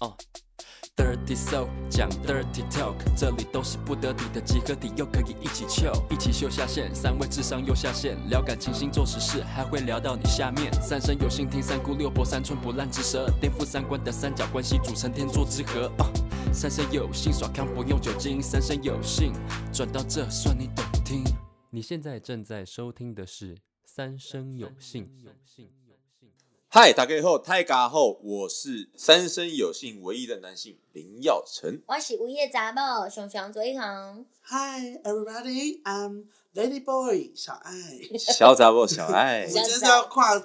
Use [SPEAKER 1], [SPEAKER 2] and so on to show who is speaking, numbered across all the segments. [SPEAKER 1] 哦、Dirty Soul 讲 Dirty Talk，这里都是不得体的集合体，又可以一起秀，一起秀下限，三位智商又下线，聊感情、星座、时事，还会聊到你下面。三生有幸听三姑六婆，三寸不烂之舌，颠覆三观的三角关系组成天作之合。哦、三生有幸耍康不用酒精，三生有幸转到这算你懂听。你现在正在收听的是《三生有幸》。
[SPEAKER 2] 嗨，大家好，泰嘎后，我是三生有幸唯一的男性林耀 成。
[SPEAKER 3] 我是午夜杂报熊熊左一航，
[SPEAKER 4] Hi everybody, I'm Lady Boy 小爱。
[SPEAKER 2] 小杂货小爱
[SPEAKER 4] 我们今天是要跨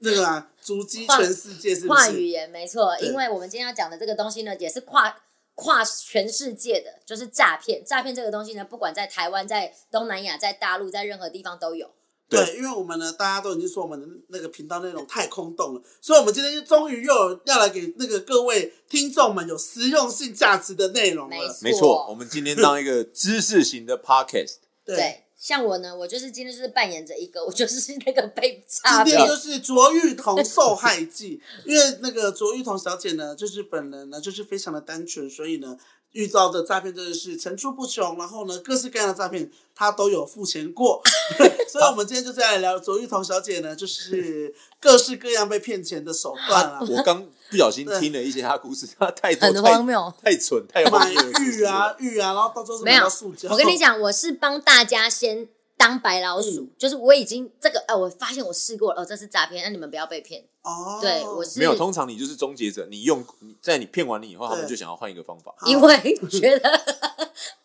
[SPEAKER 4] 那个啊，足迹全世界是不
[SPEAKER 3] 跨
[SPEAKER 4] 是
[SPEAKER 3] 语？言没错，
[SPEAKER 4] 对
[SPEAKER 3] 因为我们今天要讲的这个东西呢，也是跨跨全世界的，就是诈骗。诈骗这个东西呢，不管在台湾、在东南亚、在大陆、在任何地方都有。
[SPEAKER 2] 对
[SPEAKER 4] 对，因为我们呢，大家都已经说我们的那个频道内容太空洞了，所以我们今天终于又有要来给那个各位听众们有实用性价值的内容了。
[SPEAKER 2] 没错，我们今天当一个知识型的 podcast，
[SPEAKER 4] 对，
[SPEAKER 3] 对，像我呢，我就是今天就是扮演着一个，我就是那个被诈
[SPEAKER 4] 今
[SPEAKER 3] 骗
[SPEAKER 4] 天。就是卓玉彤受害记， 因为那个卓玉彤小姐呢，就是本人呢，就是非常的单纯，所以呢，遇到的诈骗真的是层出不穷，然后呢，各式各样的诈骗她都有付钱过， 所以我们今天就是要来聊卓玉彤小姐呢，就是各式各样被骗钱的手段啊，
[SPEAKER 2] 我刚不小心听了一些他的故事，他太多
[SPEAKER 3] 很荒谬
[SPEAKER 2] 太太蠢，太荒
[SPEAKER 4] 买
[SPEAKER 2] 谬的故
[SPEAKER 4] 玉
[SPEAKER 2] 事
[SPEAKER 4] 啊
[SPEAKER 2] 了。
[SPEAKER 4] 玉啊，然后到最后是
[SPEAKER 3] 没
[SPEAKER 4] 买
[SPEAKER 3] 有
[SPEAKER 4] 到塑胶。
[SPEAKER 3] 我跟你，讲，我是帮大家先当白老鼠，
[SPEAKER 4] 嗯
[SPEAKER 3] 就是我已经这个，哎、我发现我试过了，哦，这是诈骗，那你们不要被骗。
[SPEAKER 4] 哦，
[SPEAKER 3] 对，我是
[SPEAKER 2] 没有，通常你就是终结者，你用你在你骗完你以后，他们就想要换一个方法。
[SPEAKER 4] 好
[SPEAKER 3] 因为觉得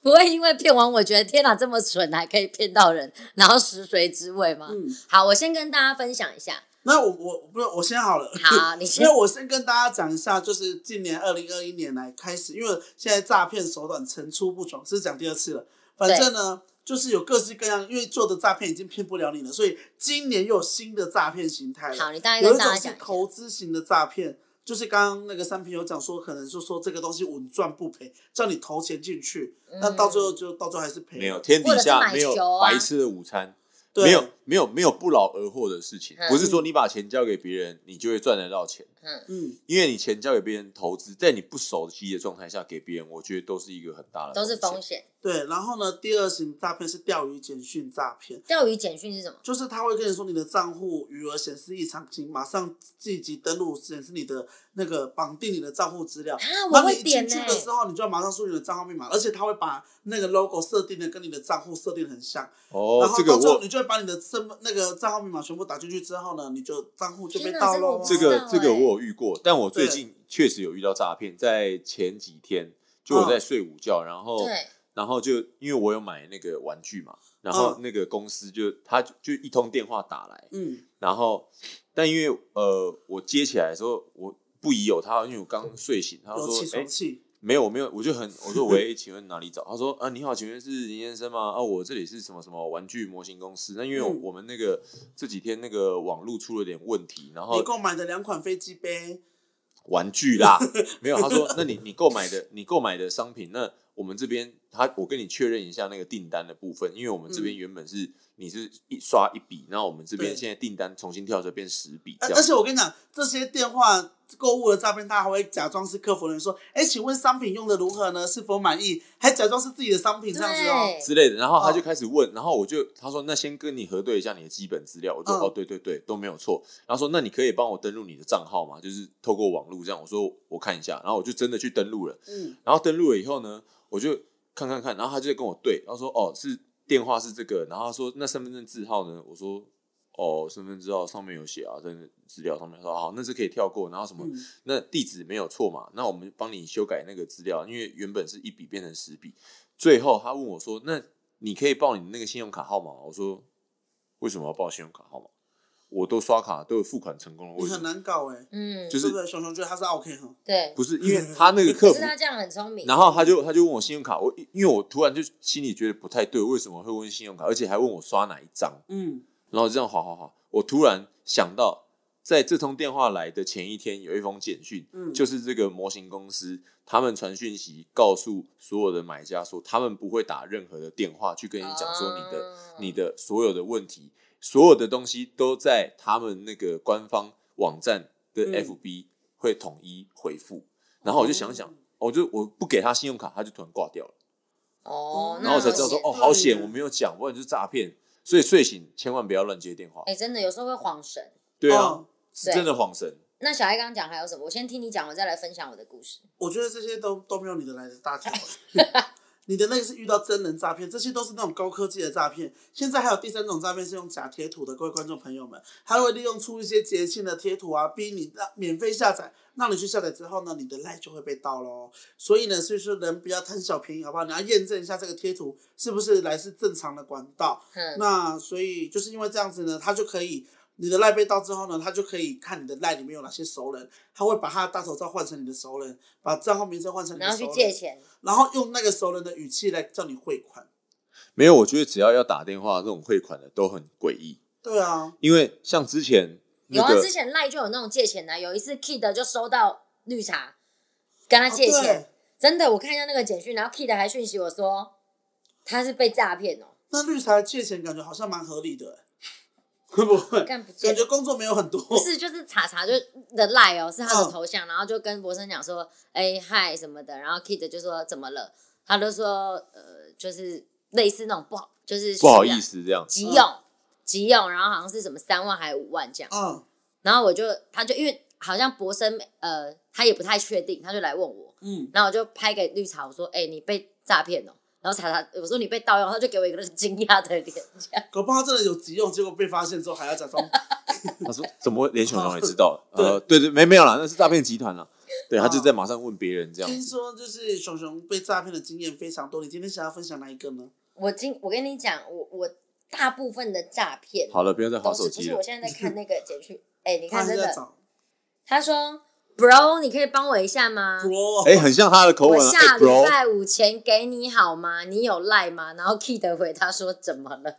[SPEAKER 3] 不会因为骗完，我觉得天哪，这么蠢还可以骗到人，然后食髓知味吗？
[SPEAKER 4] 嗯，
[SPEAKER 3] 好，我先跟大家分享一下。
[SPEAKER 4] 那我我不是我先好了，
[SPEAKER 3] 好，你
[SPEAKER 4] 因
[SPEAKER 3] 先
[SPEAKER 4] 为我先跟大家讲一下，就是今年二零二一年来开始，因为现在诈骗手段层出不穷，是讲第二次了。反正呢，就是有各式各样，因为旧的诈骗已经骗不了你了，所以今年又有新的诈骗形态
[SPEAKER 3] 好，
[SPEAKER 4] 了。
[SPEAKER 3] 你大概
[SPEAKER 4] 哎有
[SPEAKER 3] 跟
[SPEAKER 4] 一
[SPEAKER 3] 大
[SPEAKER 4] 种
[SPEAKER 3] 家
[SPEAKER 4] 是
[SPEAKER 3] 讲一下。
[SPEAKER 4] 投资型的诈骗，就是刚刚那个三平有讲说，可能就说这个东西稳赚不赔，叫你投钱进去，那、到最
[SPEAKER 3] 嗯
[SPEAKER 4] 后就到最后还是赔了。
[SPEAKER 2] 没有，天底
[SPEAKER 3] 或者是
[SPEAKER 2] 下
[SPEAKER 3] 买
[SPEAKER 2] 没有
[SPEAKER 3] 球啊
[SPEAKER 2] 白吃的午餐，
[SPEAKER 4] 对
[SPEAKER 2] 没有没有没有不劳而获的事情
[SPEAKER 3] 嗯。
[SPEAKER 2] 不是说你把钱交给别人，你就会赚得到钱。
[SPEAKER 4] 嗯，
[SPEAKER 2] 因为你钱交给别人投资，在你不熟悉的状态下给别人，我觉得都是一个很大的
[SPEAKER 3] 都是
[SPEAKER 2] 风
[SPEAKER 3] 风。险。
[SPEAKER 4] 对。然后呢，第二型诈骗是钓鱼简讯诈骗。
[SPEAKER 3] 钓鱼简讯是什么？
[SPEAKER 4] 就是他会跟你说你的账户余额显示异常，请马上立即登录显示你的那个绑定你的账户资料。
[SPEAKER 3] 啊，我
[SPEAKER 4] 然后你
[SPEAKER 3] 会
[SPEAKER 4] 一
[SPEAKER 3] 点
[SPEAKER 4] 进
[SPEAKER 3] 呢、
[SPEAKER 4] 去的时候，你就要马上输入你的账号密码，而且他会把那个 logo 设定的跟你的账户设定得很像。然
[SPEAKER 2] 哦，
[SPEAKER 4] 后
[SPEAKER 2] 这个
[SPEAKER 4] 到最后
[SPEAKER 2] 我
[SPEAKER 4] 你就会把你的身份那个账号密码全部打进去之后呢，你就账户就被
[SPEAKER 3] 天哪
[SPEAKER 4] 盗
[SPEAKER 3] 这个我
[SPEAKER 4] 喽。
[SPEAKER 3] 不
[SPEAKER 2] 这
[SPEAKER 3] 知
[SPEAKER 2] 个
[SPEAKER 3] 道
[SPEAKER 2] 这个
[SPEAKER 3] 欸
[SPEAKER 2] 我有遇过，但我最
[SPEAKER 4] 对
[SPEAKER 2] 近确实有遇到诈骗，在前几天就
[SPEAKER 4] 嗯
[SPEAKER 2] 我在睡午觉，然后
[SPEAKER 3] 对，
[SPEAKER 2] 然后就因为我有买那个玩具嘛，然后那个公司就他就就一通电话打来，
[SPEAKER 4] 嗯，
[SPEAKER 2] 然后但因为呃我接起来的时候我不疑有他，因为我刚睡醒，他就
[SPEAKER 4] 有
[SPEAKER 2] 说
[SPEAKER 4] 起
[SPEAKER 2] 哎
[SPEAKER 4] 床气，
[SPEAKER 2] 没有，我没有，我就很，我说 喂，请问哪里找？他说啊，你好，请问是林先生吗？啊，我这里是什么什么玩具模型公司？那因为我
[SPEAKER 4] 嗯
[SPEAKER 2] 我们那个这几天那个网络出了点问题，然后
[SPEAKER 4] 你购买的两款飞机杯，
[SPEAKER 2] 玩具 啦，没有，他说那你你购买的你购买的商品，那我们这边他我跟你确认一下那个订单的部分，因为我们这边原本是、你是一刷一笔，然后我们这边
[SPEAKER 4] 嗯对
[SPEAKER 2] 现在订单重新跳出来变十笔
[SPEAKER 4] 而
[SPEAKER 2] 这
[SPEAKER 4] 而
[SPEAKER 2] 样。
[SPEAKER 4] 且我跟你讲，这些电话购物的诈骗，他还会假装是客服人员说：“哎，请问商品用的如何呢？是否满意？”还假装是自己的商品这样子哦。
[SPEAKER 3] 对
[SPEAKER 2] 之类的，然后他
[SPEAKER 4] 哦
[SPEAKER 2] 就开始问，然后我就他说那先跟你核对一下你的基本资料，我就、
[SPEAKER 4] 嗯
[SPEAKER 2] 哦对对对都没有错，然后说那你可以帮我登录你的账号吗？就是透过网络这样，我说我看一下，然后我就真的去登录了，
[SPEAKER 4] 嗯，
[SPEAKER 2] 然后登录了以后呢，我就看看看，然后他就在跟我对，然后说哦是电话是这个，然后他说那身份证字号呢？我说哦身份证字号上面有写啊，在那资料上面说啊好那是可以跳过，然后什么、
[SPEAKER 4] 嗯
[SPEAKER 2] 那地址没有错嘛？那我们帮你修改那个资料，因为原本是一笔变成十笔。最后他问我说：“那你可以报你那个信用卡号码吗？”我说：“为什么要报信用卡号码？我都刷卡都有付款成功了，
[SPEAKER 4] 你
[SPEAKER 2] 为什
[SPEAKER 4] 很
[SPEAKER 2] 么？
[SPEAKER 4] 难搞哎、
[SPEAKER 3] 嗯，
[SPEAKER 2] 就是
[SPEAKER 4] 对不对？熊熊觉得他是 OK 哈，
[SPEAKER 3] 对。
[SPEAKER 2] 不是因为他那个客
[SPEAKER 3] 可
[SPEAKER 2] 服
[SPEAKER 3] 是他这样很聪明。
[SPEAKER 2] 然后他就他就问我信用卡，我因为我突然就心里觉得不太对，为什么会问信用卡，而且还问我刷哪一张，
[SPEAKER 4] 嗯，
[SPEAKER 2] 然后这样好好好，我突然想到，在这通电话来的前一天有一封简讯，
[SPEAKER 4] 嗯
[SPEAKER 2] 就是这个模型公司他们传讯息告诉所有的买家说，他们不会打任何的电话去跟你讲说你
[SPEAKER 4] 啊
[SPEAKER 2] 的、
[SPEAKER 3] 哦
[SPEAKER 2] 你的所有的问题，所有的东西都在他们那个官方网站的
[SPEAKER 4] 嗯哦
[SPEAKER 2] FB 会统一回复。然后我就想想，我就我不给他信用卡，他就突然挂掉了。
[SPEAKER 3] 哦，
[SPEAKER 4] 啊
[SPEAKER 3] 那
[SPEAKER 2] 然后我才知道
[SPEAKER 3] 好
[SPEAKER 2] 说，
[SPEAKER 3] 险
[SPEAKER 2] 哦，好
[SPEAKER 4] 对
[SPEAKER 2] 险，
[SPEAKER 4] 耶
[SPEAKER 2] 我没有讲，不然就是诈骗。所以睡醒千万不要乱接电话
[SPEAKER 3] 哎、。真的有时候会晃神。
[SPEAKER 2] 对啊
[SPEAKER 4] 哦，
[SPEAKER 2] 是真的晃神。
[SPEAKER 3] 那小艾刚刚讲还有什么？我先听你讲，我再来分享我的故事。
[SPEAKER 4] 我觉得这些都都没有你的来的大条。你的那个是遇到真人诈骗，这些都是那种高科技的诈骗。现在还有第三种诈骗是用假贴图的，各位观众朋友们，他会利用出一些节庆的贴图啊，逼你让免费下载，让你去下载之后呢，你的赖就会被盗喽。所以呢，所以说人不要贪小便宜，好不好？你要验证一下这个贴图是不是来自正常的管道。
[SPEAKER 3] 嗯，
[SPEAKER 4] 那所以就是因为这样子呢，他就可以你的赖被盗之后呢，他就可以看你的赖里面有哪些熟人，他会把他的大头照换成你的熟人，把账号名称换成你的
[SPEAKER 3] 然后
[SPEAKER 4] 熟
[SPEAKER 3] 去
[SPEAKER 4] 人，
[SPEAKER 3] 借钱，
[SPEAKER 4] 然后用那个熟人的语气来叫你汇款。
[SPEAKER 2] 没有，我觉得只要要打电话，这种汇款的都很诡异，
[SPEAKER 4] 对啊，
[SPEAKER 2] 因为像之前
[SPEAKER 3] 有
[SPEAKER 2] 那
[SPEAKER 3] 啊，
[SPEAKER 2] 个
[SPEAKER 3] 之前赖就有那种借钱的啊、有一次 Kid 就收到绿茶跟他借
[SPEAKER 4] 哦
[SPEAKER 3] 钱，
[SPEAKER 4] 对
[SPEAKER 3] 真的，我看一下那个简讯，然后 Kid 还讯息我说他是被诈骗哦，
[SPEAKER 4] 那绿茶借钱感觉好像蛮合理的、欸， 会不会？
[SPEAKER 3] 干不见
[SPEAKER 4] 感觉工作没有很多，
[SPEAKER 3] 不是，就是查查就的赖哦，是他的
[SPEAKER 4] 嗯
[SPEAKER 3] 头像，然后就跟博生讲说，哎、嗨什么的，然后 Kid 就说怎么了，他就说呃，就是类似那种不好，就是啊
[SPEAKER 2] 不好
[SPEAKER 3] 需要
[SPEAKER 2] 意思这样，
[SPEAKER 3] 急用急用，然后好像是什么三万还是五万这样，
[SPEAKER 4] 嗯
[SPEAKER 3] 然后我就他就因为好像博生呃他也不太确定，他就来问我，
[SPEAKER 4] 嗯，
[SPEAKER 3] 然后我就拍给绿茶我说，哎、你被诈骗哦。然后查查，我说你被盗用，他就给我一个惊讶的脸，这样
[SPEAKER 4] 搞不好他真的有急用，结果被发现之后还要假装。
[SPEAKER 2] 他说怎么连 小龙也知道了？
[SPEAKER 4] 对
[SPEAKER 2] 呃，对对，没没有啦，那是诈骗集团啦。对他就
[SPEAKER 3] 哦
[SPEAKER 2] 在马上问别人这样
[SPEAKER 4] 听
[SPEAKER 2] 子，
[SPEAKER 4] 说就是熊熊被诈骗的经验非常多，你今天想要分享哪一个呢？
[SPEAKER 3] 我今我跟你讲，我我大部分的诈骗，
[SPEAKER 2] 好了，不要再划
[SPEAKER 3] 都是
[SPEAKER 2] 手
[SPEAKER 3] 不
[SPEAKER 2] 机
[SPEAKER 3] 是，
[SPEAKER 2] 了
[SPEAKER 3] 我。现在在看那个简讯，哎、你
[SPEAKER 4] 他
[SPEAKER 3] 看
[SPEAKER 4] 还
[SPEAKER 3] 这
[SPEAKER 4] 在
[SPEAKER 3] 个，
[SPEAKER 4] 找
[SPEAKER 3] 他说，bro，你可以帮我一下吗？
[SPEAKER 4] bro，
[SPEAKER 2] 哎，很像他的口
[SPEAKER 3] 我
[SPEAKER 2] 吻啊。
[SPEAKER 3] 下
[SPEAKER 2] 哎
[SPEAKER 3] 礼
[SPEAKER 2] ，bro，
[SPEAKER 3] 拜五前给你好吗？你有赖吗？然后 Kid 回他说怎么 了？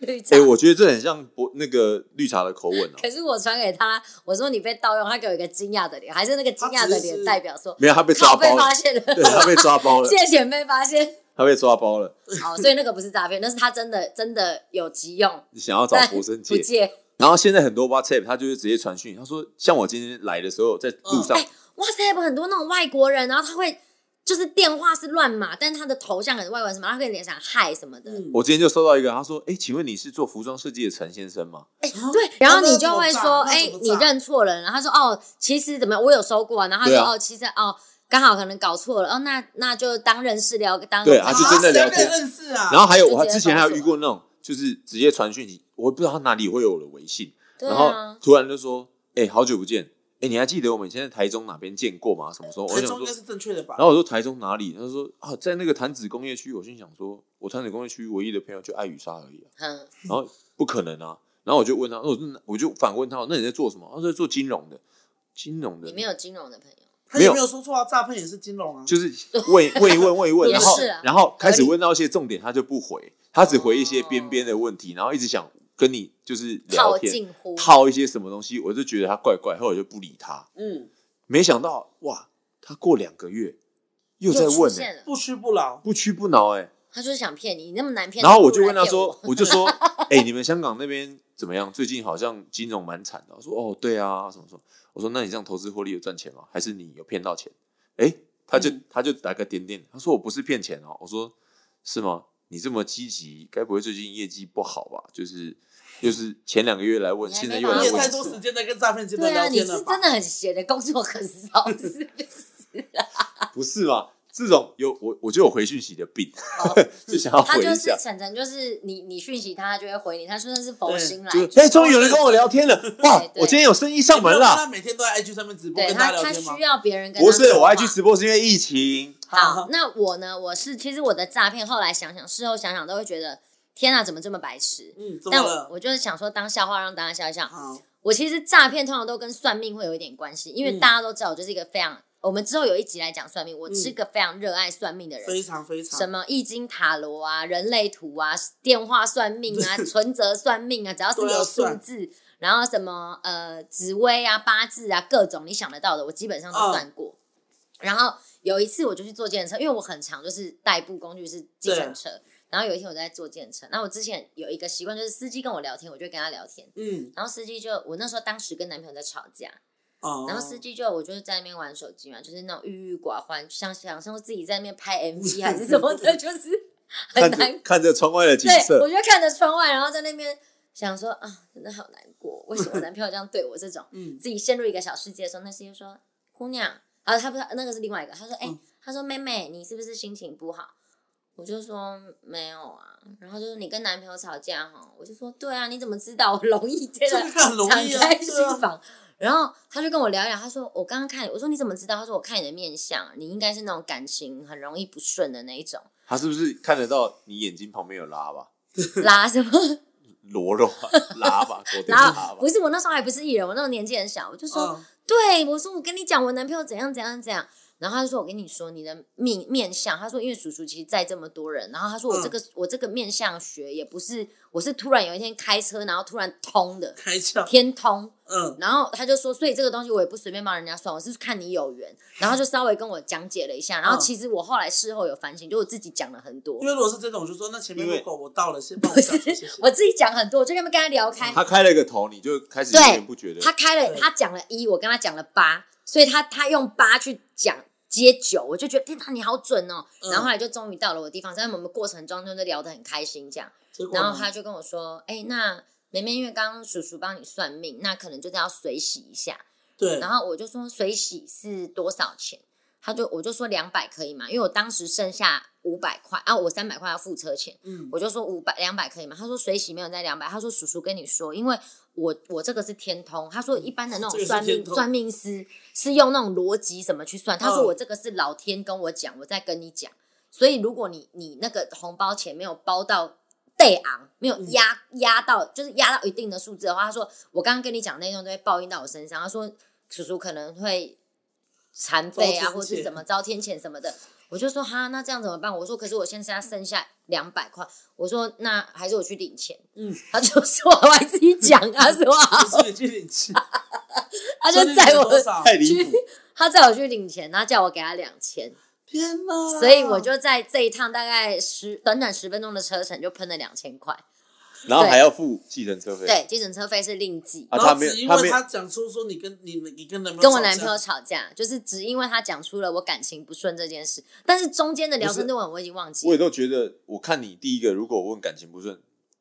[SPEAKER 3] 绿茶
[SPEAKER 2] 哎，，我觉得这很像博那个绿茶的口吻哦。
[SPEAKER 3] 可是我传给他，我说你被盗用，他给我一个惊讶的脸，还是那个惊讶的
[SPEAKER 4] 他只
[SPEAKER 3] 脸
[SPEAKER 4] 是
[SPEAKER 3] 代表说
[SPEAKER 2] 没有，他被抓
[SPEAKER 3] 靠被
[SPEAKER 2] 包
[SPEAKER 3] 发
[SPEAKER 2] 了，
[SPEAKER 3] 现了，
[SPEAKER 2] 对他被抓 包了，
[SPEAKER 3] 借钱被发现，
[SPEAKER 2] 他被抓包了，
[SPEAKER 3] 好，所以那个不是诈骗，那是他真的真的有急用，
[SPEAKER 2] 想要找
[SPEAKER 3] 但
[SPEAKER 2] 博生
[SPEAKER 3] 不
[SPEAKER 2] 借。
[SPEAKER 3] 借。
[SPEAKER 2] 然后现在很多 WhatsApp，他就是直接传讯，他说像我今天来的时候，在路上
[SPEAKER 3] 哎、哇塞，有很多那种外国人，然后他会就是电话是乱码，但是他的头像可能外国人什么，他可以联想嗨什么的。
[SPEAKER 4] 嗯，
[SPEAKER 2] 我今天就收到一个，他说：“哎，请问你是做服装设计的陈先生吗
[SPEAKER 3] 对，然后你就会说，
[SPEAKER 4] 那
[SPEAKER 3] 哎、
[SPEAKER 4] 怎么
[SPEAKER 3] 你
[SPEAKER 4] 炸
[SPEAKER 3] 认错人了。然后他说，哦，其实怎么样，我有收过啊。然后他
[SPEAKER 2] 对
[SPEAKER 3] 说，
[SPEAKER 2] 啊
[SPEAKER 3] 哦，其实哦，刚好可能搞错了。哦，那那就当认识聊，当啊
[SPEAKER 2] 对啊他就真的聊天
[SPEAKER 4] 谁敢认识啊？”，
[SPEAKER 2] 然后还有
[SPEAKER 3] 就直接
[SPEAKER 2] 我之前还有
[SPEAKER 3] 封锁
[SPEAKER 2] 遇过那种，就是直接传讯息，我不知道他哪里会有我的微信，
[SPEAKER 3] 对
[SPEAKER 2] 然
[SPEAKER 3] 啊
[SPEAKER 2] 后，突然就说：“哎，好久不见，哎，你还记得我们以前在台中哪边见过吗？什么时候？”我
[SPEAKER 4] 台
[SPEAKER 2] 想
[SPEAKER 4] 哎中应
[SPEAKER 2] 说
[SPEAKER 4] 该，是正确的吧？
[SPEAKER 2] 然后我说台中哪里？他就说：“啊，在那个潭子工业区。”我心想说：“我潭子工业区唯一的朋友就爱雨莎而已啊。”
[SPEAKER 3] 嗯，
[SPEAKER 2] 然后不可能啊。然后我就问他，我就我就反问他，那你在做什么？他说在做金融的，金融的。
[SPEAKER 3] 你没有金融的朋友，
[SPEAKER 4] 他
[SPEAKER 2] 没
[SPEAKER 4] 也
[SPEAKER 2] 有
[SPEAKER 4] 没有说错啊，诈骗也是金融啊。
[SPEAKER 2] 就是 问问一问问一问，
[SPEAKER 3] 也
[SPEAKER 2] 然后
[SPEAKER 3] 是啊
[SPEAKER 2] 然后开
[SPEAKER 3] 合
[SPEAKER 2] 始
[SPEAKER 3] 理哦
[SPEAKER 2] 问到一些重点，他就不回，他只回一些边边的问题，然后一直想跟你就是聊
[SPEAKER 3] 套
[SPEAKER 2] 天，
[SPEAKER 3] 近乎，
[SPEAKER 2] 套一些什么东西，我就觉得他怪怪，后来就不理他。
[SPEAKER 4] 嗯，
[SPEAKER 2] 没想到哇，他过两个月又
[SPEAKER 3] 又
[SPEAKER 2] 在
[SPEAKER 3] 出
[SPEAKER 2] 问、欸，
[SPEAKER 3] 现了，
[SPEAKER 4] 不屈不挠。
[SPEAKER 2] 不屈不挠哎、
[SPEAKER 3] 他就是想骗你，你那么难骗，
[SPEAKER 2] 然后
[SPEAKER 3] 你
[SPEAKER 2] 我
[SPEAKER 3] 不
[SPEAKER 2] 就
[SPEAKER 3] 如
[SPEAKER 2] 问
[SPEAKER 3] 来
[SPEAKER 2] 他
[SPEAKER 3] 骗
[SPEAKER 2] 说
[SPEAKER 3] 我，，
[SPEAKER 2] 我就 说，哎、你们香港那边怎么样？最近好像金融蛮惨的。我说，哦，对啊，什么什么。我说，那你这样投资获利有赚钱吗？还是你有骗到钱？哎、他就、
[SPEAKER 4] 嗯
[SPEAKER 2] 他就打个点点，他说我不是骗钱哦。我说是吗？你这么积极，该不会最近业绩不好吧？就是就是前两个月来问，
[SPEAKER 3] 你还
[SPEAKER 2] 现在
[SPEAKER 3] 没
[SPEAKER 2] 又
[SPEAKER 3] 把
[SPEAKER 2] 来
[SPEAKER 4] 你也
[SPEAKER 3] 握
[SPEAKER 2] 问
[SPEAKER 4] 太
[SPEAKER 2] 一
[SPEAKER 3] 住
[SPEAKER 4] 多
[SPEAKER 2] 次，
[SPEAKER 4] 时间在跟诈骗集团
[SPEAKER 3] 对啊，
[SPEAKER 4] 聊
[SPEAKER 3] 你
[SPEAKER 4] 天
[SPEAKER 3] 是
[SPEAKER 4] 了
[SPEAKER 3] 真
[SPEAKER 4] 吧？
[SPEAKER 3] 的很闲的，工作很少，是 不是？
[SPEAKER 2] 不是吧？这种有我我就有回讯息的病， 就想要
[SPEAKER 3] 他
[SPEAKER 2] 回
[SPEAKER 3] 就
[SPEAKER 2] 一
[SPEAKER 3] 哦是
[SPEAKER 2] 下。
[SPEAKER 3] 晨晨，就是你你讯息他，他就会回你，他说那是佛
[SPEAKER 4] 对
[SPEAKER 3] 心来
[SPEAKER 2] 就
[SPEAKER 3] 着，
[SPEAKER 2] 是哎，终于有人跟我聊天了！哇
[SPEAKER 3] 对，对哎
[SPEAKER 2] 我今天有生意
[SPEAKER 4] 你
[SPEAKER 2] 上
[SPEAKER 4] 没
[SPEAKER 2] 门
[SPEAKER 4] 有看
[SPEAKER 2] 了
[SPEAKER 4] 他。每天都在 IG 上面直播
[SPEAKER 3] 对
[SPEAKER 4] 跟大
[SPEAKER 3] 他
[SPEAKER 4] 家聊
[SPEAKER 3] 他
[SPEAKER 4] 天吗
[SPEAKER 3] 需？要别人跟
[SPEAKER 2] 不是，
[SPEAKER 3] 说
[SPEAKER 2] 我
[SPEAKER 3] 话
[SPEAKER 2] 爱去直播是因为疫情。
[SPEAKER 3] 好，那我呢？我是其实我的诈骗，后来想想，事后想想都会觉得，天啊，怎么这么白痴？
[SPEAKER 4] 嗯，怎么
[SPEAKER 3] 但我
[SPEAKER 4] 了？
[SPEAKER 3] 我就是想说，当笑话让大家笑一笑。
[SPEAKER 4] 好，
[SPEAKER 3] 我其实诈骗通常都跟算命会有一点关系，因为
[SPEAKER 4] 嗯
[SPEAKER 3] 大家都知道我就是一个非常，我们之后有一集来讲算命，我
[SPEAKER 4] 嗯
[SPEAKER 3] 是个非常热爱算命的人。
[SPEAKER 4] 非常非常
[SPEAKER 3] 什么易经塔罗啊、人类图啊、电话算命啊、存折算命啊，只要是
[SPEAKER 4] 都要
[SPEAKER 3] 有数
[SPEAKER 4] 算
[SPEAKER 3] 字，然后什么呃紫薇啊、八字啊，各种你想得到的，我基本上都
[SPEAKER 4] 嗯
[SPEAKER 3] 算过。然后有一次我就去坐电车，因为我很常就是代步工具是计程车。然后有一天我在坐电车，那我之前有一个习惯就是司机跟我聊天，我就跟他聊天。
[SPEAKER 4] 嗯，
[SPEAKER 3] 然后司机就我那时候当时跟男朋友在吵架，
[SPEAKER 4] 哦，
[SPEAKER 3] 然后司机就我就是在那边玩手机嘛，就是那种郁郁寡欢，想想象自己在那 边拍 MV 还是什么的，就是 很
[SPEAKER 2] 看
[SPEAKER 3] 难
[SPEAKER 2] 着看着窗外的景
[SPEAKER 3] 对，
[SPEAKER 2] 色
[SPEAKER 3] 我，就看着窗外，然后在那边想说啊，真的好难过，为什么我男朋友这样对我？这种
[SPEAKER 4] 嗯
[SPEAKER 3] 自己陷入一个小世界的时候，那司机就说：“姑娘，啊，他不是那个是另外一个，他说：‘哎、
[SPEAKER 4] 嗯
[SPEAKER 3] 他说妹妹，你是不是心情不好？’我就说没有啊，然后就是你跟男朋友吵架哈，我就说对啊，你怎么知道？我容易接着
[SPEAKER 4] 这个很容易
[SPEAKER 3] 敞
[SPEAKER 4] 啊
[SPEAKER 3] 开
[SPEAKER 4] 对
[SPEAKER 3] 心
[SPEAKER 4] 啊
[SPEAKER 3] 房。然后他就跟我聊一聊，他说我刚刚看你，我说你怎么知道？他说我看你的面相，你应该是那种感情很容易不顺的那一种，
[SPEAKER 2] 他是不是看得到你眼睛旁边有拉吧？
[SPEAKER 3] 拉什 么
[SPEAKER 2] 螺肉 啊，拉吧，狗对
[SPEAKER 3] 然
[SPEAKER 2] 拉吧
[SPEAKER 3] 后，不是我那时候还不是艺人，我那时候年纪很小，我就说，
[SPEAKER 4] 嗯
[SPEAKER 3] 对我说我跟你讲，我男朋友怎样怎样怎样。然后他就说：“我跟你说，你的面面相，他说因为叔叔其实在这么多人，然后他说
[SPEAKER 4] 嗯
[SPEAKER 3] 我这个、我这个面相学也不是，我是突然有一天开车，然后突然通的
[SPEAKER 4] 开窍，
[SPEAKER 3] 天通，
[SPEAKER 4] 嗯，
[SPEAKER 3] 然后他就说，所以这个东西我也不随便帮人家算，我是看你有缘，然后就稍微跟我讲解了一下，然后
[SPEAKER 4] 嗯
[SPEAKER 3] 其实我后来事后有反省，就我自己讲了很多
[SPEAKER 4] 因，为如果是这种，我就说那前面
[SPEAKER 2] 因为
[SPEAKER 4] 路口我到了，先帮我
[SPEAKER 3] 不
[SPEAKER 4] 下车，谢
[SPEAKER 3] 是
[SPEAKER 4] 谢。
[SPEAKER 3] 我自己讲很多，我就跟他们跟他聊
[SPEAKER 4] 嗯
[SPEAKER 3] 开，
[SPEAKER 2] 他开了个头，你就开始
[SPEAKER 3] 对
[SPEAKER 2] 源源不绝的
[SPEAKER 3] 他开了，
[SPEAKER 4] 对
[SPEAKER 3] 他讲了一，我跟他讲了八，所以他他用八去讲接九，我就觉得天哪，你好准哦。
[SPEAKER 4] 嗯
[SPEAKER 3] 然后后来就终于到了我的地方，在我们过程中就是聊得很开心这样。
[SPEAKER 4] 结果呢
[SPEAKER 3] 然后他就跟我说，哎、那梅梅因为刚刚叔叔帮你算命，那可能就是要水洗一下。
[SPEAKER 4] 对，
[SPEAKER 3] 然后我就说水洗是多少钱？他就我就说两百可以吗？因为我当时剩下五百块啊，我三百块要付车钱。
[SPEAKER 4] 嗯
[SPEAKER 3] 我就说五百两百可以吗？他说水洗没有在两百，他说叔叔跟你说，因为我我这个是天通，他说一般的那
[SPEAKER 4] 嗯
[SPEAKER 3] 种
[SPEAKER 4] 这个是
[SPEAKER 3] 算
[SPEAKER 4] 天
[SPEAKER 3] 命
[SPEAKER 4] 通
[SPEAKER 3] 算命师是用那种逻辑什么去算，他说
[SPEAKER 4] 嗯
[SPEAKER 3] 我这个是老天跟我讲，我在跟你讲，所以如果你你那个红包钱没有包到。对昂没有
[SPEAKER 4] 嗯
[SPEAKER 3] 压压到，就是压到一定的数字的话，他说我刚刚跟你讲那种都会报应到我身上。他说叔叔可能会残废啊，
[SPEAKER 4] 遭天
[SPEAKER 3] 或是
[SPEAKER 4] 谴
[SPEAKER 3] 什么遭天谴什么的。我就说哈，那这样怎么办？我说可是我现在剩下两百块，我说那还是我去领钱。
[SPEAKER 4] 嗯，
[SPEAKER 3] 他就说我还自己讲啊，是吧？
[SPEAKER 4] 就是你去 领钱，
[SPEAKER 3] 啊他
[SPEAKER 4] 所以
[SPEAKER 3] 就
[SPEAKER 4] 你
[SPEAKER 3] 载
[SPEAKER 4] 领了
[SPEAKER 3] 我
[SPEAKER 4] 多少
[SPEAKER 2] 太离谱。
[SPEAKER 3] 他载我去领钱，他叫我给他两千，
[SPEAKER 4] 天哪！
[SPEAKER 3] 所以我就在这一趟大概十短短十分钟的车程就喷了两千块。
[SPEAKER 2] 然后还要付计程车费。
[SPEAKER 3] 对，计程车费是另计。
[SPEAKER 2] 啊，
[SPEAKER 4] 然
[SPEAKER 2] 他
[SPEAKER 4] 后
[SPEAKER 2] 没有
[SPEAKER 4] 只，因
[SPEAKER 2] 他没
[SPEAKER 4] 为
[SPEAKER 2] 有
[SPEAKER 4] 他，讲出说你跟你你跟男朋友
[SPEAKER 3] 跟我
[SPEAKER 4] 吵
[SPEAKER 3] 男
[SPEAKER 4] 架
[SPEAKER 3] 朋友吵架，就是只因为他讲出了我感情不顺这件事，但是中间的聊天内容我已经忘记
[SPEAKER 2] 我也。
[SPEAKER 3] 了
[SPEAKER 2] 都觉得，我看你第一个，如果我问感情不顺，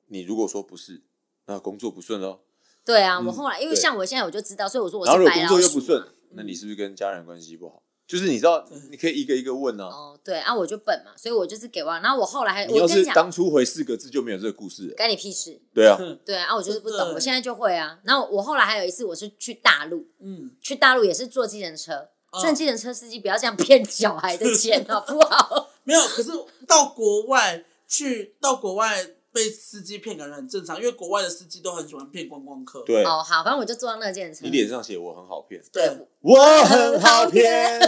[SPEAKER 2] 你如果说不是，那工作不顺喽。
[SPEAKER 3] 对啊，
[SPEAKER 2] 嗯
[SPEAKER 3] 我后来因为
[SPEAKER 2] 对
[SPEAKER 3] 像我现在我就知道，所以我说我
[SPEAKER 2] 然后
[SPEAKER 3] 是
[SPEAKER 2] 如果
[SPEAKER 3] 白
[SPEAKER 2] 工
[SPEAKER 3] 老
[SPEAKER 2] 作又不
[SPEAKER 3] 鼠
[SPEAKER 2] 顺
[SPEAKER 3] 嘛。，
[SPEAKER 2] 那你是不是跟家人关系不好？就是你知道，你可以一个一个问啊。
[SPEAKER 3] 哦，对啊，我就笨嘛，所以我就是给忘。然后我后来还
[SPEAKER 2] 你要
[SPEAKER 3] 嗯我跟
[SPEAKER 2] 是
[SPEAKER 3] 你讲，
[SPEAKER 2] 当初回四个字就没有这个故事了。
[SPEAKER 3] 干你屁事。
[SPEAKER 2] 对啊，
[SPEAKER 4] 嗯
[SPEAKER 3] 对啊，我就是不
[SPEAKER 4] 真
[SPEAKER 3] 懂，
[SPEAKER 4] 的
[SPEAKER 3] 我现在就会啊。然后我后来还有一次，我是去大陆，
[SPEAKER 4] 嗯，
[SPEAKER 3] 去大陆也是坐计程车，
[SPEAKER 4] 嗯
[SPEAKER 3] 趁计程车司机不要这样骗小孩的钱，好不好？
[SPEAKER 4] 没有，可是到国外去到国外被司机骗，感觉很正常，因为国外的司机都很喜欢骗观光客。
[SPEAKER 2] 对，
[SPEAKER 3] 哦，好，反正我就坐到那个计程车
[SPEAKER 2] 你。脸上写我很好骗，
[SPEAKER 4] 对，
[SPEAKER 2] 我很好骗，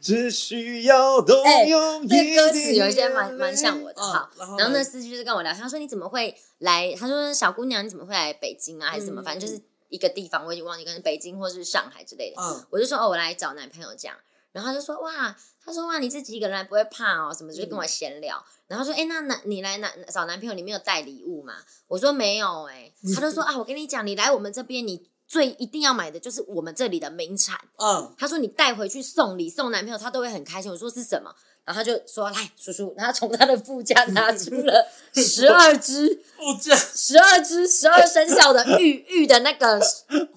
[SPEAKER 2] 只需要动用一
[SPEAKER 3] 哎这
[SPEAKER 2] 点
[SPEAKER 3] 歌词有一些蛮蛮像哦我的。
[SPEAKER 4] 嗯
[SPEAKER 3] 好，
[SPEAKER 4] 然后
[SPEAKER 3] 然后
[SPEAKER 4] 呢
[SPEAKER 3] 那司机就是跟我聊，他说你怎么会来？他说小姑娘你怎么会来北京啊，还是什么？
[SPEAKER 4] 嗯
[SPEAKER 3] 反正就是一个地方，我已经忘记，可能北京或是上海之类的。
[SPEAKER 4] 嗯，
[SPEAKER 3] 我就说哦，我来找男朋友这样。然后他就说哇，他说哇，你自己一个人来不会怕哦，什么就跟我闲聊。然后说哎、诶那男你来男找男朋友，你没有带礼物吗？我说没有哎、他就说啊，我跟你讲，你来我们这边，你最一定要买的就是我们这里的名产。
[SPEAKER 4] 嗯，
[SPEAKER 3] 他说你带回去送礼送男朋友，他都会很开心。我说是什么？然后他就说来叔叔，然后从他的副驾拿出了十二只
[SPEAKER 4] 副驾
[SPEAKER 3] 十二只十二生肖的玉玉的那个，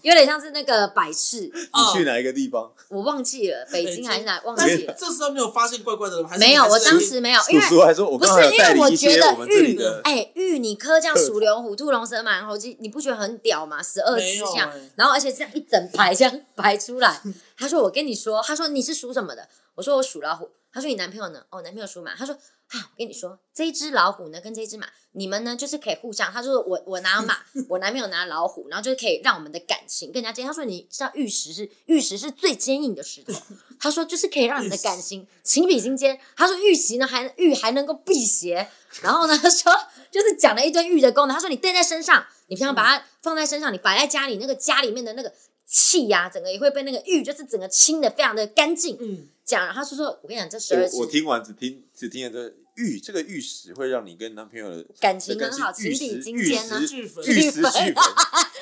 [SPEAKER 3] 有点像是那个摆饰，
[SPEAKER 2] 你去哪一个地方？
[SPEAKER 3] 我忘记了，北
[SPEAKER 4] 北
[SPEAKER 3] 京
[SPEAKER 4] 京
[SPEAKER 3] 还是哪忘
[SPEAKER 4] 但
[SPEAKER 3] 记
[SPEAKER 4] 是
[SPEAKER 3] 了，
[SPEAKER 4] 这时候没有发现怪怪的人，还是
[SPEAKER 3] 没有，
[SPEAKER 4] 还是
[SPEAKER 3] 我当时没有，因
[SPEAKER 2] 叔
[SPEAKER 3] 为
[SPEAKER 2] 叔还说，我
[SPEAKER 3] 不
[SPEAKER 2] 刚刚
[SPEAKER 3] 是
[SPEAKER 2] 还有
[SPEAKER 3] 因
[SPEAKER 2] 带
[SPEAKER 3] 为
[SPEAKER 2] 你
[SPEAKER 3] 我
[SPEAKER 2] 一
[SPEAKER 3] 觉
[SPEAKER 2] 些我
[SPEAKER 3] 得
[SPEAKER 2] 们这里
[SPEAKER 3] 玉
[SPEAKER 2] 的，
[SPEAKER 3] 哎玉，你 磕这样
[SPEAKER 2] 特产
[SPEAKER 3] 鼠牛虎兔龙蛇马猴鸡，你不觉得很屌吗？十二
[SPEAKER 4] 没
[SPEAKER 3] 只
[SPEAKER 4] 有
[SPEAKER 3] 这样
[SPEAKER 4] 欸，
[SPEAKER 3] 然后而且这样一整排这样排出来。他说：“我跟你说，他说你是属什么的？”我说：“我属老虎。”他说：“你男朋友呢？”哦，男朋友属马。他说：“啊，我跟你说，这一只老虎呢跟这一只马，你们呢就是可以互相。”他说：“我我拿马，我男朋友拿老虎，然后就是可以让我们的感情更加坚。”他说：“你知道玉石是玉石是最坚硬的石头。”他说：“就是可以让你的感情情比金坚。”他说：“玉石呢还玉还能够辟邪。”然后呢，他 说就是讲了一堆玉的功能。他说你戴在身上，你平常把它放在身上，你摆在家里，那个家里面的那个气呀、整个也会被那个玉就是整个清的非常的干净。
[SPEAKER 4] 嗯，
[SPEAKER 3] 讲，他说说，我跟你讲，这十二
[SPEAKER 2] 对
[SPEAKER 3] 支
[SPEAKER 2] 我听完只听只听了这玉这个玉石会让你跟男朋友的
[SPEAKER 3] 感情很
[SPEAKER 2] 感情
[SPEAKER 3] 好，
[SPEAKER 2] 玉
[SPEAKER 3] 情
[SPEAKER 2] 石
[SPEAKER 3] 比金坚呢。
[SPEAKER 2] 玉石
[SPEAKER 4] 巨粉
[SPEAKER 2] 玉石俱焚，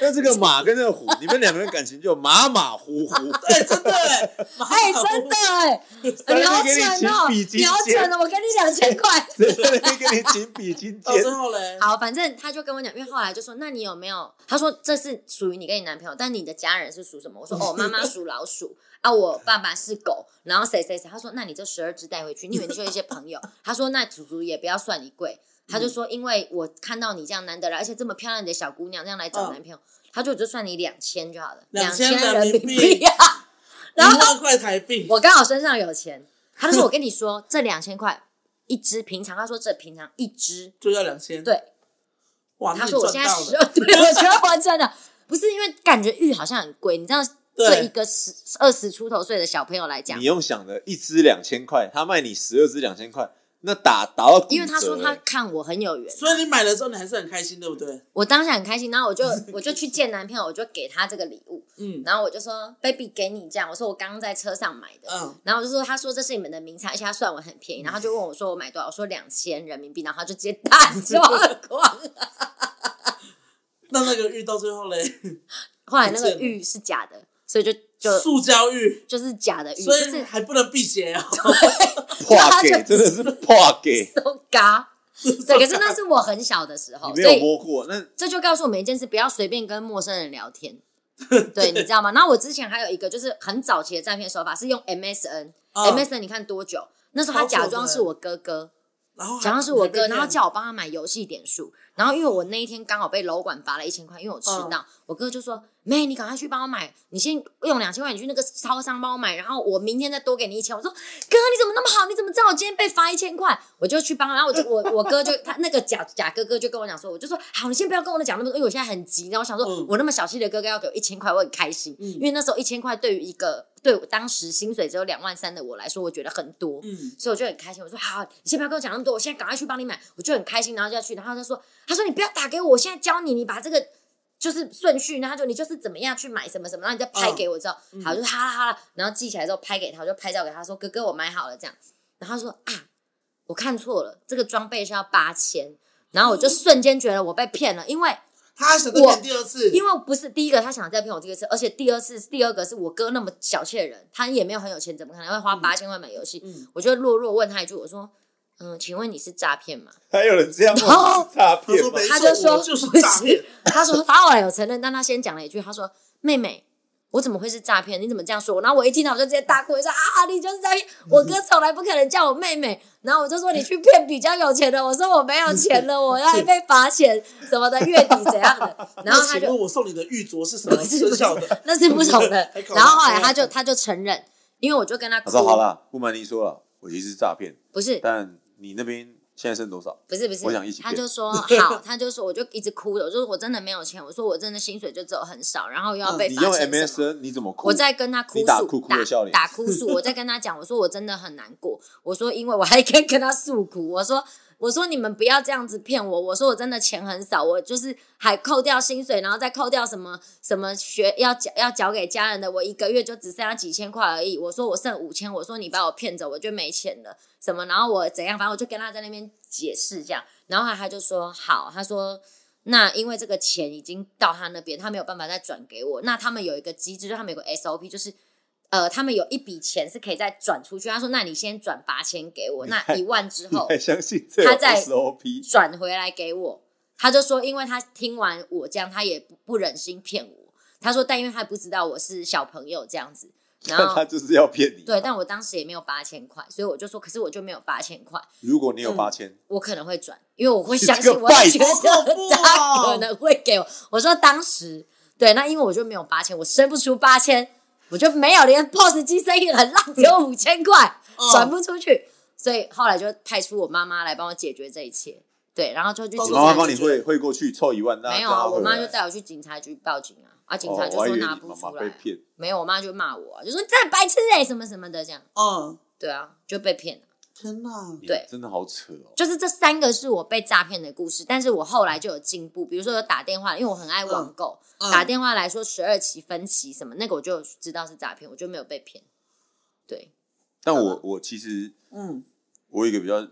[SPEAKER 2] 那这个马跟这个虎，你们两个人感情就马马虎虎。
[SPEAKER 4] 对，真的哎，
[SPEAKER 3] 哎、真的哎、
[SPEAKER 2] 在
[SPEAKER 3] 你
[SPEAKER 2] 那
[SPEAKER 3] 好
[SPEAKER 2] 边给你
[SPEAKER 3] 蠢哦、
[SPEAKER 2] 请比基
[SPEAKER 3] 你好
[SPEAKER 2] 间
[SPEAKER 3] 蠢哦、我给你 两千块。
[SPEAKER 2] 谁在那边给你请比金
[SPEAKER 4] 到
[SPEAKER 2] 剑？
[SPEAKER 4] 最后嘞，
[SPEAKER 3] 好，反正他就跟我讲，因为后来就说，那你有没有？他说这是属于你跟你男朋友，但你的家人是属什么？我说哦，妈妈属老鼠啊，我爸爸是狗，然后谁谁谁。他说那你这十二只带回去，你以为你就有一些朋友？他说那祖祖也不要算你贵，他就说因为我看到你这样难得来，而且这么漂亮的小姑娘这样来找
[SPEAKER 4] 嗯
[SPEAKER 3] 男朋友，他就我就算你两千就好了，
[SPEAKER 4] 2000
[SPEAKER 3] 千
[SPEAKER 4] 人
[SPEAKER 3] 人
[SPEAKER 4] 民
[SPEAKER 3] 民
[SPEAKER 4] 币
[SPEAKER 3] 币啊。然后
[SPEAKER 4] 一万块台币，
[SPEAKER 3] 我刚好身上有钱，他就说我跟你说这两千块一只平常，他说这平常一只
[SPEAKER 4] 就要两千。
[SPEAKER 3] 对。
[SPEAKER 4] 哇，
[SPEAKER 3] 他
[SPEAKER 4] 哦那你
[SPEAKER 3] 说我
[SPEAKER 4] 赚
[SPEAKER 3] 现在
[SPEAKER 4] 到
[SPEAKER 3] 十
[SPEAKER 4] 了。
[SPEAKER 3] 二， 对我觉得完真的不是因为感觉玉好像很贵，你知道，
[SPEAKER 4] 对
[SPEAKER 3] 对一个十二十出头岁的小朋友来讲
[SPEAKER 2] 你，用想的，一只两千块，他卖你十二只两千块，那打打到骨折
[SPEAKER 3] 因为他说他
[SPEAKER 2] 欸
[SPEAKER 3] 看我很有缘，
[SPEAKER 4] 所以你买了之后，你还是很开心，对不对？
[SPEAKER 3] 我当下很开心，然后 我就我就去见男朋友，我就给他这个礼物，
[SPEAKER 4] 嗯
[SPEAKER 3] 然后我就说 baby 给你这样，我说我刚刚在车上买的，
[SPEAKER 4] 嗯，
[SPEAKER 3] 然后我就说，他说这是你们的名产，而且他算我很便宜，然后他就问我说我买多少，我说两千人民币，然后他就直 接大抓狂。
[SPEAKER 4] 那那个玉到最后嘞，
[SPEAKER 3] 后来那个玉是假的，所以就就
[SPEAKER 4] 塑胶玉，
[SPEAKER 3] 就是假的玉，就
[SPEAKER 4] 所以
[SPEAKER 3] 是
[SPEAKER 4] 还不能辟邪哦。
[SPEAKER 2] 破给
[SPEAKER 3] 他就
[SPEAKER 2] 真的是破给，
[SPEAKER 3] so 嘎。 对，可是 那是我很小的时候，
[SPEAKER 2] 你没
[SPEAKER 3] 所
[SPEAKER 2] 有
[SPEAKER 3] 以
[SPEAKER 2] 摸过，那
[SPEAKER 3] 这就告诉我们一件事：不要随便跟陌生人 聊天。对，你知道吗？然后我之前还有一个就是很早期的诈骗手法是用 MSN，MSN、
[SPEAKER 4] 嗯
[SPEAKER 3] MSN 你看多久？那时候他
[SPEAKER 4] 超久的
[SPEAKER 3] 假装是我哥哥，
[SPEAKER 4] 然哦后还
[SPEAKER 3] 假装是我哥，然后，
[SPEAKER 4] 还被骗
[SPEAKER 3] 叫我帮他买游戏点数。然后因为我那一天刚好被楼管罚了一千块，因为我迟
[SPEAKER 4] 嗯
[SPEAKER 3] 到，我哥就说：“妹，你赶快去帮我买，你先用两千块，你去那个超商帮我买，然后我明天再多给你一千。”我说：“哥，你怎么那么好？你怎么知道我今天被罚一千块？”我就去帮他，然后我就我我哥就他那个假假哥哥就跟我讲说，我就说：“好，你先不要跟我讲那么多，因为我现在很急。”然后我想说，
[SPEAKER 4] 嗯
[SPEAKER 3] 我那么小气的哥哥要给我一千块，我很开心，
[SPEAKER 4] 嗯
[SPEAKER 3] 因为那时候一千块对于一个对我当时薪水只有两万三的我来说，我觉得很多。
[SPEAKER 4] 嗯，
[SPEAKER 3] 所以我就很开心，我说好，你先不要跟我讲那么多，我现在赶快去帮你买，我就很开心，然后就要去，然后他说，他说你不要打给我，我现在教你，你把这个就是顺序，然后他就你就是怎么样去买什么什么，然后你再拍给我之后，好，我就哈啦哈啦，然后记起来之后拍给他，我就拍照给他说，哥哥我买好了这样，然后他说啊，我看错了，这个装备是要八千，然后我就瞬间觉得我被骗了，因为
[SPEAKER 4] 他还想再骗第二次，
[SPEAKER 3] 因为不是第一个，他想再骗我第二次，而且第二次第二个是我哥那么小气的人，他也没有很有钱，怎么可能会花八千块买游戏？
[SPEAKER 4] 嗯
[SPEAKER 3] 我就弱弱问他一句，我说：“嗯，请问你是诈骗吗
[SPEAKER 2] 还有人这样
[SPEAKER 3] 哦
[SPEAKER 2] 问诈
[SPEAKER 4] 他
[SPEAKER 2] 骗
[SPEAKER 4] 说
[SPEAKER 2] 吗
[SPEAKER 4] 没？”
[SPEAKER 3] 他就
[SPEAKER 4] 错，
[SPEAKER 3] 说：“
[SPEAKER 4] 我就是
[SPEAKER 3] 不
[SPEAKER 4] 诈骗
[SPEAKER 3] 是。。”他说他后来有承认，但他先讲了一句，他说：“妹妹。”我怎么会是诈骗？你怎么这样说我？然后我一听到我就直接大哭，我说啊，你就是诈骗！我哥从来不可能叫我妹妹。然后我就说你去骗比较有钱的，我说我没有钱了，我要被罚钱什么的，月底怎样的。然后
[SPEAKER 4] 那
[SPEAKER 3] 他
[SPEAKER 4] 请
[SPEAKER 3] 就
[SPEAKER 4] 问我送你的玉镯是什么
[SPEAKER 3] 不是
[SPEAKER 4] 生肖的？
[SPEAKER 3] 那是不同 的
[SPEAKER 4] 还。搞
[SPEAKER 3] 然后后
[SPEAKER 4] 什
[SPEAKER 3] 来
[SPEAKER 4] 么
[SPEAKER 3] 他就他就承认，因为我就跟他
[SPEAKER 2] 我
[SPEAKER 3] 哭，
[SPEAKER 2] 说好啦，不瞒您说了，我其实是诈骗，
[SPEAKER 3] 不是
[SPEAKER 2] 但你那边现在剩多少？
[SPEAKER 3] 不是不是，
[SPEAKER 2] 我想一起
[SPEAKER 3] 他
[SPEAKER 2] 变
[SPEAKER 3] 就说好，他就说我就一直哭的，我就说我真的没有钱，我说我真的薪水就只有很少，然后又要
[SPEAKER 4] 嗯
[SPEAKER 3] 被
[SPEAKER 2] 你
[SPEAKER 3] 罚
[SPEAKER 2] 用
[SPEAKER 3] 钱什么
[SPEAKER 2] MSN 你怎么哭？
[SPEAKER 3] 我在跟他哭
[SPEAKER 2] 你
[SPEAKER 3] 诉，
[SPEAKER 2] 打哭哭的笑脸
[SPEAKER 3] 打哭诉，我在跟他讲，我说我真的很难过，我说因为我还跟 跟他诉苦，我说我说你们不要这样子骗我，我说我真的钱很少，我就是还扣掉薪水，然后再扣掉什么什么学要缴要缴给家人的，我一个月就只剩下几千块而已，我说我剩五千，我说你把我骗走，我就没钱了，什么，然后我怎样，反正我就跟他在那边解释这样，然后后来他就说好，他说。那因为这个钱已经到他那边，他没有办法再转给我。那他们有一个机制，就他们有个 SOP，就是呃，他们有一笔钱是可以再转出去。他说：“那你先转八千给我，那一万之
[SPEAKER 2] 你
[SPEAKER 3] 后
[SPEAKER 2] 还相信这有
[SPEAKER 3] 他在
[SPEAKER 2] SOP？
[SPEAKER 3] 转回来给我。”他就说，因为他听完我这样，他也不不忍心骗我。他说，但因为他不知道我是小朋友这样子，然
[SPEAKER 2] 但 他
[SPEAKER 3] 后
[SPEAKER 2] 就是要骗你。
[SPEAKER 3] 对，但我当时也没有八千块，所以我就说，可是我就没有八千块，
[SPEAKER 2] 如果你有
[SPEAKER 4] 嗯
[SPEAKER 2] 八千，
[SPEAKER 3] 我可能会转，因为我会
[SPEAKER 2] 你
[SPEAKER 3] 相
[SPEAKER 2] 这
[SPEAKER 3] 信
[SPEAKER 2] 个
[SPEAKER 3] 我
[SPEAKER 2] 败
[SPEAKER 3] 觉
[SPEAKER 4] 好恐
[SPEAKER 3] 得
[SPEAKER 4] 怖
[SPEAKER 3] 他
[SPEAKER 4] 哦
[SPEAKER 3] 可能会给我。我说当时对，那因为我就没有八千，我生不出八千，我就没有连 POS 机生意很烂，只有五千 块
[SPEAKER 2] 嗯
[SPEAKER 4] 哦
[SPEAKER 3] 转不出去，所以后来就派出我妈妈来帮我解决这一切。对，然后就去
[SPEAKER 4] 哦
[SPEAKER 2] 你
[SPEAKER 3] 警
[SPEAKER 4] 我
[SPEAKER 2] 妈妈
[SPEAKER 3] 察
[SPEAKER 2] 帮
[SPEAKER 3] 局
[SPEAKER 2] 你汇汇过去凑一万，那
[SPEAKER 3] 没有
[SPEAKER 2] 让
[SPEAKER 3] 啊，
[SPEAKER 2] 她
[SPEAKER 3] 我
[SPEAKER 2] 回
[SPEAKER 3] 妈
[SPEAKER 2] 来
[SPEAKER 3] 就带我去警察局报警啊，啊，警察
[SPEAKER 2] 哦
[SPEAKER 3] 就
[SPEAKER 2] 我还以
[SPEAKER 3] 说
[SPEAKER 2] 为
[SPEAKER 3] 拿
[SPEAKER 2] 你
[SPEAKER 3] 不
[SPEAKER 2] 妈
[SPEAKER 3] 出
[SPEAKER 2] 妈
[SPEAKER 3] 来
[SPEAKER 2] 被
[SPEAKER 3] 啊，
[SPEAKER 2] 骗。
[SPEAKER 3] 没有，我妈就骂我啊，就说你这白痴哎什么什么的这样，
[SPEAKER 4] 嗯，
[SPEAKER 3] 对啊，就被骗了。
[SPEAKER 4] 天哪！
[SPEAKER 2] 你
[SPEAKER 3] 对
[SPEAKER 2] 真的好扯哦。
[SPEAKER 3] 就是这三个是我被诈骗的故事，但是我后来就有进步，比如说有打电话，因为我很爱网购，
[SPEAKER 4] 嗯嗯
[SPEAKER 3] 打电话来说十二期分期什么，那个我就知道是诈骗，我就没有被骗。对，
[SPEAKER 2] 但我我其实
[SPEAKER 4] 嗯，
[SPEAKER 2] 我有一个比较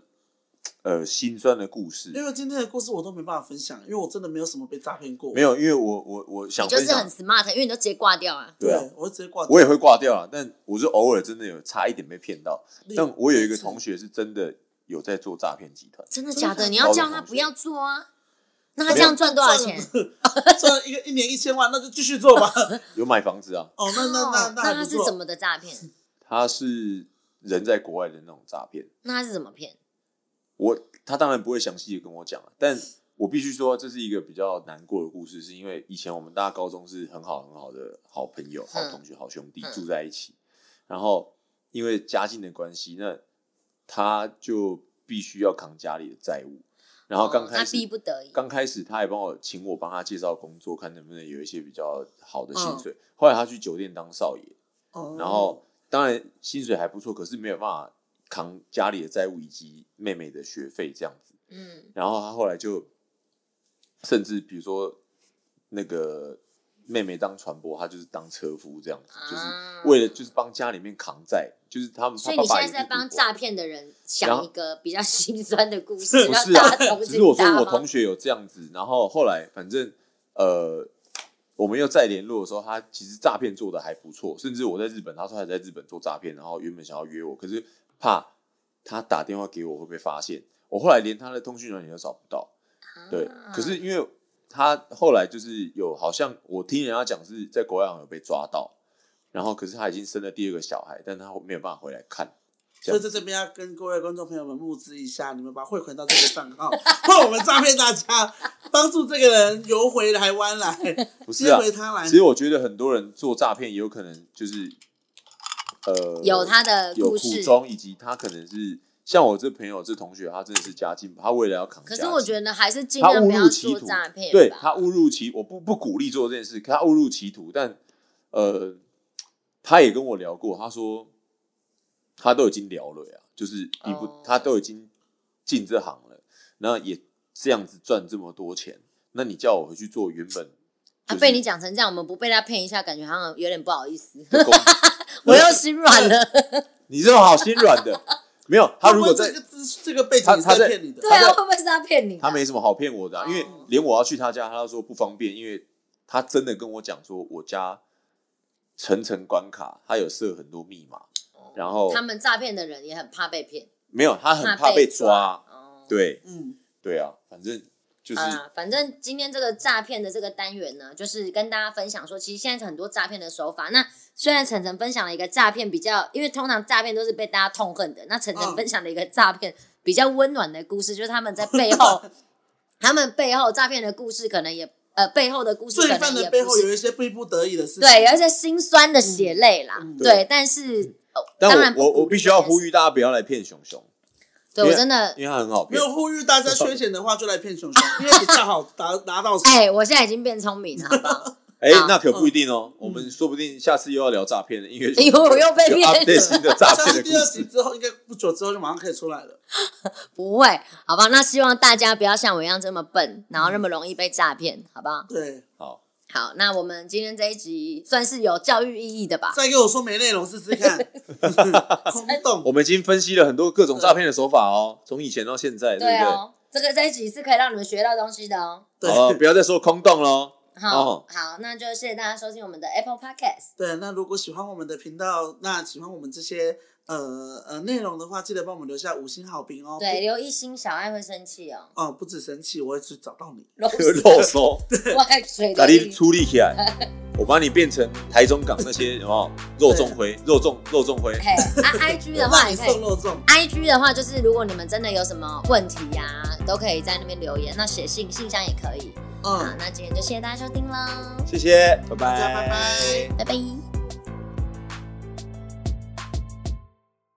[SPEAKER 2] 呃心酸的故事。
[SPEAKER 4] 因为今天的故事我都没办法分享，因为我真的没有什么被诈骗过。
[SPEAKER 2] 没有，因为我我我想
[SPEAKER 3] 你就
[SPEAKER 2] 分
[SPEAKER 3] 是很
[SPEAKER 2] 享，
[SPEAKER 3] smart，因为你都直接挂掉啊。
[SPEAKER 2] 对啊，
[SPEAKER 4] 我会直接挂掉。
[SPEAKER 2] 我也会挂掉啊，但我是偶尔真的有差一点被骗到。
[SPEAKER 4] 例
[SPEAKER 2] 但我有一个
[SPEAKER 4] 例子
[SPEAKER 2] 同学是真的有在做诈骗集团，
[SPEAKER 3] 真的
[SPEAKER 4] 真的
[SPEAKER 3] 假的？
[SPEAKER 4] 很
[SPEAKER 3] 你要
[SPEAKER 2] 高的
[SPEAKER 3] 叫他
[SPEAKER 2] 同学
[SPEAKER 3] 不要做啊？那他这样赚多少钱？
[SPEAKER 4] 赚了一个一年一千万，那就继续做 吧。
[SPEAKER 2] 有买房子啊，
[SPEAKER 4] 哦，那那那
[SPEAKER 3] 哦
[SPEAKER 4] 还
[SPEAKER 3] 他
[SPEAKER 4] 不
[SPEAKER 3] 是
[SPEAKER 4] 错
[SPEAKER 3] 怎么的诈骗？
[SPEAKER 2] 他是人在国外的那种诈骗。
[SPEAKER 3] 那他是怎么骗？
[SPEAKER 2] 我他当然不会详细的跟我讲啊，但我必须说这是一个比较难过的故事，是因为以前我们大家高中是很好很好的好朋友、好同学、好兄弟
[SPEAKER 3] 嗯
[SPEAKER 2] 住在一起，然后因为家境的关系，那他就必须要扛家里的债务，然后刚
[SPEAKER 3] 哦
[SPEAKER 2] 开
[SPEAKER 3] 那
[SPEAKER 2] 始
[SPEAKER 3] 逼不得已。
[SPEAKER 2] 刚开始他还帮我请我帮他介绍工作，看能不能有一些比较好的
[SPEAKER 3] 嗯
[SPEAKER 2] 薪水。后来他去酒店当少爷，
[SPEAKER 4] 哦
[SPEAKER 2] 然后当然薪水还不错，可是没有办法扛家里的债务以及妹妹的学费这样子。
[SPEAKER 3] 嗯，
[SPEAKER 2] 然后他后来就，甚至比如说那个妹妹当船舶，他就是当车夫这样子，
[SPEAKER 3] 啊
[SPEAKER 2] 就是为了就是帮家里面扛债，就是他们
[SPEAKER 3] 所
[SPEAKER 2] 他
[SPEAKER 3] 以
[SPEAKER 2] 爸
[SPEAKER 3] 你
[SPEAKER 2] 爸
[SPEAKER 3] 现在
[SPEAKER 2] 也
[SPEAKER 3] 是
[SPEAKER 2] 是
[SPEAKER 3] 在帮
[SPEAKER 2] 赌博
[SPEAKER 3] 诈骗的人想
[SPEAKER 2] 然
[SPEAKER 3] 一个比较心酸的故 事，
[SPEAKER 2] 不
[SPEAKER 3] 让
[SPEAKER 2] 是
[SPEAKER 3] 大
[SPEAKER 2] 啊
[SPEAKER 3] 家同，
[SPEAKER 2] 只
[SPEAKER 3] 情
[SPEAKER 2] 是我说
[SPEAKER 3] 他
[SPEAKER 2] 我
[SPEAKER 3] 吗
[SPEAKER 2] 同学有这样子，然后后来反正呃，我们又再联络的时候，他其实诈骗做的还不错，甚至我在日本，他说他在日本做诈骗，然后原本想要约我，可是怕他打电话给我会被发现，我后来连他的通讯软件都找不到。对，可是因为他后来就是有好像我听人家讲是在国外好像有被抓到，然后可是他已经生了第二个小孩，但他没有办法回来看。
[SPEAKER 4] 所以在这边要跟各位观众朋友们募资一下，你们把汇款到这个账号， 换我们诈骗大家，帮助这个人游回台湾来，
[SPEAKER 2] 不是
[SPEAKER 4] 接
[SPEAKER 2] 啊，
[SPEAKER 4] 回他来
[SPEAKER 2] 其。实我觉得很多人做诈骗也有可能就是，呃，
[SPEAKER 3] 有他的
[SPEAKER 2] 有
[SPEAKER 3] 故
[SPEAKER 2] 苦
[SPEAKER 3] 事。
[SPEAKER 2] 衷，以及他可能是像我这朋友这同学，他真的是家境，他为了要扛家
[SPEAKER 3] 可
[SPEAKER 2] 境，
[SPEAKER 3] 是我觉得还是尽
[SPEAKER 2] 他
[SPEAKER 3] 量
[SPEAKER 2] 误
[SPEAKER 3] 不要
[SPEAKER 2] 入歧
[SPEAKER 3] 做
[SPEAKER 2] 途
[SPEAKER 3] 诈骗吧。
[SPEAKER 2] 对他误入歧，我不不鼓励做这件事，可他误入歧途，但呃，他也跟我聊过，他说他都已经聊了呀，就是一不、
[SPEAKER 3] 哦
[SPEAKER 2] 他都已经进这行了，然后也这样子赚这么多钱，那你叫我回去做原本、
[SPEAKER 3] 啊，
[SPEAKER 2] 就是
[SPEAKER 3] 被你讲成这样，我们不被他骗一下，感觉好像有点不好 意思，
[SPEAKER 2] 的工作
[SPEAKER 3] 我又心软了。
[SPEAKER 2] 你这种好心软 的，没有他如果在
[SPEAKER 4] 这，个资这个背景
[SPEAKER 2] 他
[SPEAKER 4] 是
[SPEAKER 2] 他在
[SPEAKER 4] 骗你的
[SPEAKER 3] 对，啊，
[SPEAKER 2] 在
[SPEAKER 3] 会不会是他骗你的？
[SPEAKER 2] 他没什么好骗我的、啊，因为连我要去他家，他都说不方便，因为他真的跟我讲说我家层层关卡，他有设很多密码，然后
[SPEAKER 3] 他们诈骗的人也很怕被骗，
[SPEAKER 2] 没有，他很怕
[SPEAKER 3] 被
[SPEAKER 2] 被抓，
[SPEAKER 3] 哦，
[SPEAKER 2] 对
[SPEAKER 4] 嗯，
[SPEAKER 2] 对啊，反正就是
[SPEAKER 3] 好啦，呃反正今天这个诈骗的这个单元呢，就是跟大家分享说，其实现在很多诈骗的手法。那虽然晨晨分享了一个诈骗比较，因为通常诈骗都是被大家痛恨的，那晨晨
[SPEAKER 4] 嗯
[SPEAKER 3] 分享了一个诈骗比较温暖的故事，就是他们在背后，他们背后诈骗的故事可能也呃背后的故事
[SPEAKER 4] 罪
[SPEAKER 3] 可
[SPEAKER 4] 犯
[SPEAKER 3] 能也
[SPEAKER 4] 的
[SPEAKER 3] 不
[SPEAKER 4] 背后
[SPEAKER 3] 是
[SPEAKER 4] 有一些逼不得已的事情。
[SPEAKER 3] 对，有一些心酸的血泪啦，
[SPEAKER 4] 嗯嗯
[SPEAKER 3] 对，但是。哦当
[SPEAKER 2] 但
[SPEAKER 3] 然
[SPEAKER 2] 我我我必须要呼
[SPEAKER 3] 吁，
[SPEAKER 2] 吁大家不要来骗熊熊，
[SPEAKER 3] 对
[SPEAKER 2] 因
[SPEAKER 3] 我
[SPEAKER 2] 为
[SPEAKER 3] 真的，
[SPEAKER 2] 因为他很好
[SPEAKER 4] 没
[SPEAKER 2] 骗，
[SPEAKER 4] 有呼吁大家缺钱的话就来骗熊熊，因为比较好拿拿到手。
[SPEAKER 3] 哎、我现在已经变聪明了，好不好？
[SPEAKER 2] 哎
[SPEAKER 3] 好，
[SPEAKER 2] 那可不一定哦，我们说不定下次又要聊诈骗了，因为
[SPEAKER 3] 哎呦我又被骗了
[SPEAKER 2] 对新的 诈
[SPEAKER 4] 下
[SPEAKER 2] 骗 的
[SPEAKER 4] 次
[SPEAKER 2] 故
[SPEAKER 4] 第二集
[SPEAKER 2] 事，
[SPEAKER 4] 之后，应该不久之后就马上可以出来了。
[SPEAKER 3] 不会，好吧？那希望大家不要像我一样这么笨，然后那么容易被诈骗，好不好？
[SPEAKER 4] 对，
[SPEAKER 2] 好，
[SPEAKER 3] 好，那我们今天这一集算是有教育意义的吧？
[SPEAKER 4] 再给我说没内容试试看，空洞。
[SPEAKER 2] 我们已经分析了很多各种诈骗的手法哦，从以前到现在，不
[SPEAKER 3] 对
[SPEAKER 2] 对？
[SPEAKER 3] 哦，这个这一集是可以让你们学到东西的哦。
[SPEAKER 4] 对
[SPEAKER 2] 好了不要再说空洞喽。
[SPEAKER 3] 好，
[SPEAKER 2] 哦
[SPEAKER 3] 好，那就谢谢大家收听我们的 Apple Podcast。
[SPEAKER 4] 对，那如果喜欢我们的频道，那喜欢我们这些呃呃内容的话，记得帮我们留下五星好评哦。
[SPEAKER 3] 对，刘一星小爱会生气哦，
[SPEAKER 4] 不，哦，不止生气，我会去找到你。
[SPEAKER 3] 肉
[SPEAKER 2] 肉搜，
[SPEAKER 3] 外水
[SPEAKER 2] 把
[SPEAKER 3] 的
[SPEAKER 2] 你
[SPEAKER 3] 一
[SPEAKER 2] 处理起 来，我把你变成台中港那些什么肉粽灰、肉粽肉粽灰，
[SPEAKER 3] 嘿，啊，IG 的话也
[SPEAKER 4] 那你
[SPEAKER 3] 可以
[SPEAKER 4] 送。肉粽，
[SPEAKER 3] IG 的话，就是如果你们真的有什么问题呀、都可以在那边留言，那写信信箱也可以。好
[SPEAKER 4] 嗯，，
[SPEAKER 3] 那今天就谢谢大家收听喽，
[SPEAKER 2] 谢谢，拜拜，
[SPEAKER 4] 大家拜拜。
[SPEAKER 3] 拜拜。